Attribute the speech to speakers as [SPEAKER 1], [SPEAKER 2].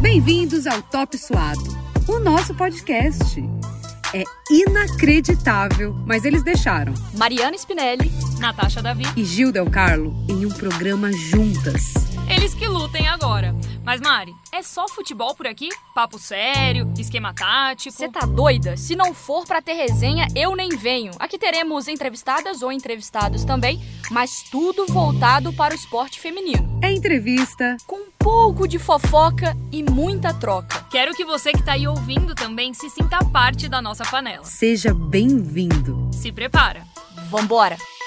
[SPEAKER 1] Bem-vindos ao Top Suado, o nosso podcast. É inacreditável, mas eles deixaram.
[SPEAKER 2] Mariana Spinelli, Natasha Davi.
[SPEAKER 1] E Gil Del Carlo em um programa juntas.
[SPEAKER 2] Eles que lutem agora. Mas, Mari, é só futebol por aqui? Papo sério, esquema tático.
[SPEAKER 3] Você tá doida? Se não for para ter resenha, eu nem venho. Aqui teremos entrevistadas ou entrevistados também, mas tudo voltado para o esporte feminino.
[SPEAKER 1] É entrevista.
[SPEAKER 3] Com um pouco de fofoca e muita troca.
[SPEAKER 2] Quero que você que tá aí ouvindo também se sinta parte da nossa panela.
[SPEAKER 1] Seja bem-vindo.
[SPEAKER 2] Se prepara.
[SPEAKER 3] Vambora!